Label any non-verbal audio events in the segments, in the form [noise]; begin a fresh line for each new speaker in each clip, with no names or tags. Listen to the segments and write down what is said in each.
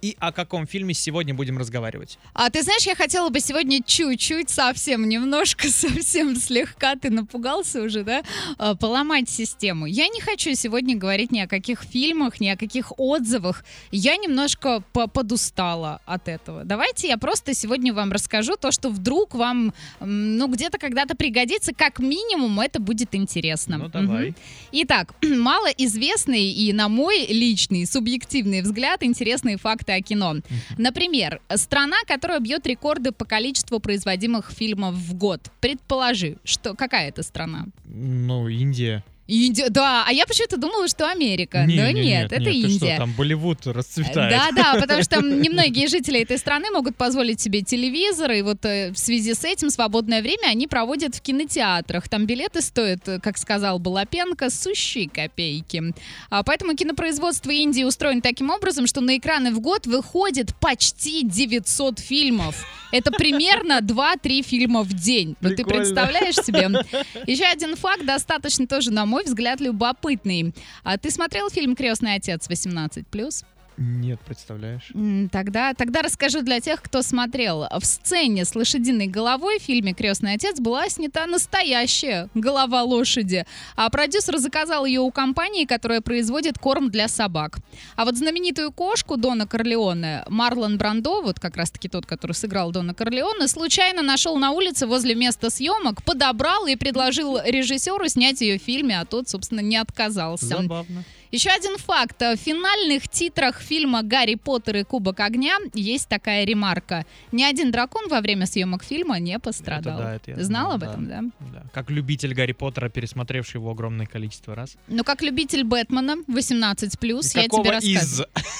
И о каком фильме сегодня будем разговаривать?
А ты знаешь, я хотела бы сегодня чуть-чуть, совсем немножко, [laughs] совсем слегка, ты напугался уже, да, а, поломать систему. Я не хочу сегодня говорить ни о каких фильмах, ни о каких отзывах. Я немножко по- подустала от этого. Давайте я просто сегодня вам расскажу то, что вдруг вам, м, ну, где-то когда-то пригодится. Как минимум, это будет интересно.
Ну,
Мгм.
давай.
Итак, [clears throat] малоизвестные и, на мой личный, субъективный взгляд, интересные факты о кино. Например, страна, которая бьет рекорды по количеству производимых фильмов в год. Предположи, что какая это страна?
Ну, Индия.
Индия. Да, а я почему-то думала, что Америка.
Не,
Но
не,
ну нет, это
нет, ты что,
Индия.
там Болливуд расцветает.
Да, да, потому что немногие жители этой страны могут позволить себе телевизор, и вот э, в связи с этим свободное время они проводят в кинотеатрах. Там билеты стоят, э, как сказал Балапенко, сущие копейки. А поэтому кинопроизводство Индии устроено таким образом, что на экраны в год выходит почти 900 фильмов. Это примерно 2-3 фильма в день. Ну, ты
Прикольно.
представляешь себе? Еще один факт, достаточно тоже, на мой взгляд, любопытный. А ты смотрел фильм «Крестный отец» 18+.
Нет, представляешь?
М, Тогда, тогда расскажу для тех, кто смотрел. В сцене с лошадиной головой в фильме «Крестный отец» была снята настоящая голова лошади, а продюсер заказал ее у компании, которая производит корм для собак. А вот знаменитую кошку Дона Корлеоне Марлон Брандо, вот как раз-таки тот, который сыграл Дона Корлеоне, случайно нашел на улице возле места съемок, подобрал и предложил режиссеру снять ее в фильме, а тот, собственно, не отказался.
Забавно.
Еще один факт. В финальных титрах фильма «Гарри Поттер и Кубок огня» есть такая ремарка. Ни один дракон во время съемок фильма не пострадал.
Это да, это я
Знал
знал,
об
да.
этом, да?
Да. Как любитель Гарри Поттера, пересмотревший его огромное количество раз.
Ну, как любитель Бэтмена, 18+,
И
я Ну, тебе
какого
рассказываю.
из? [laughs]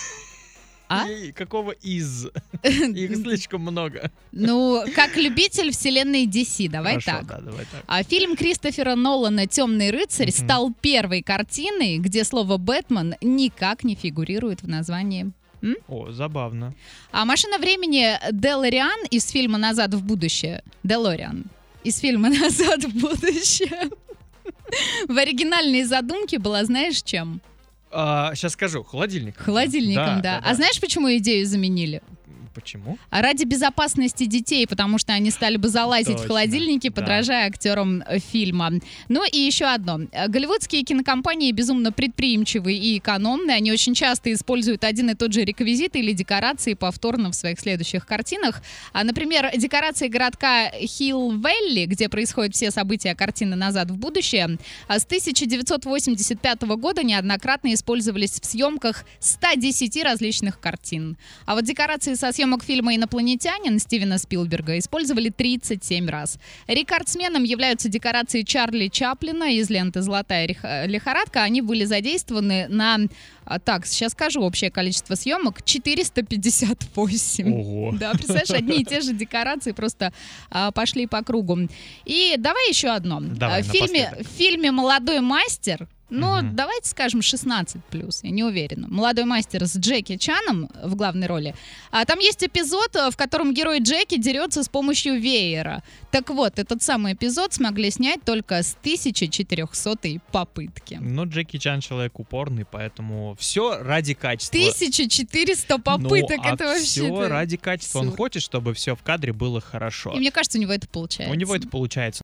А?
И какого
[laughs]
из? Их слишком много.
Ну, как любитель вселенной DC, давай
Хорошо,
так.
да, давай так.
А фильм Кристофера Нолана «Темный рыцарь»
Мгм.
стал первой картиной, где слово «Бэтмен» никак не фигурирует в названии
О, забавно.
А машина времени Делориан из фильма «Назад в будущее». Делориан из фильма «Назад в будущее». В оригинальной задумке была, знаешь, чем?
Сейчас А, скажу, холодильник.
Холодильником, да. А знаешь, почему идею заменили?
Почему?
А Ради безопасности детей, потому что они стали бы залазить в
Точно,
холодильники,
да.
подражая актерам э, фильма. Ну и еще одно. Э, Голливудские кинокомпании безумно предприимчивы и экономны. Они очень часто используют один и тот же реквизит или декорации повторно в своих следующих картинах. А, например, декорации городка Хилл-Велли, где происходят все события картины «Назад в будущее», а с 1985 года неоднократно использовались в съемках 110 различных картин. А вот декорации со съемок фильма «Инопланетянин» Стивена Спилберга использовали 37 раз. Рекордсменом являются декорации Чарли Чаплина из ленты «Золотая рех- лихорадка». Они были задействованы на, а, так, сейчас скажу общее количество съемок, 458.
Ого.
[laughs] Да, представляешь, одни и те же декорации просто а, пошли по кругу. И давай еще одно.
Давай,
А, в, фильме,
напоследок.
в фильме «Молодой мастер» Ну,
Мгм.
давайте скажем 16 плюс, я не уверена. Молодой мастер с Джеки Чаном в главной роли. А там есть эпизод, э, в котором герой Джеки дерется с помощью веера. Так вот, этот самый эпизод смогли снять только с 1400 попытки.
Ну, Джеки Чан человек упорный, поэтому все ради качества.
1400 попыток,
ну, а
это вообще.
Все ради качества. Он
сюр.
хочет, чтобы все в кадре было хорошо.
И мне кажется, у него это
У
получается.
него это получается.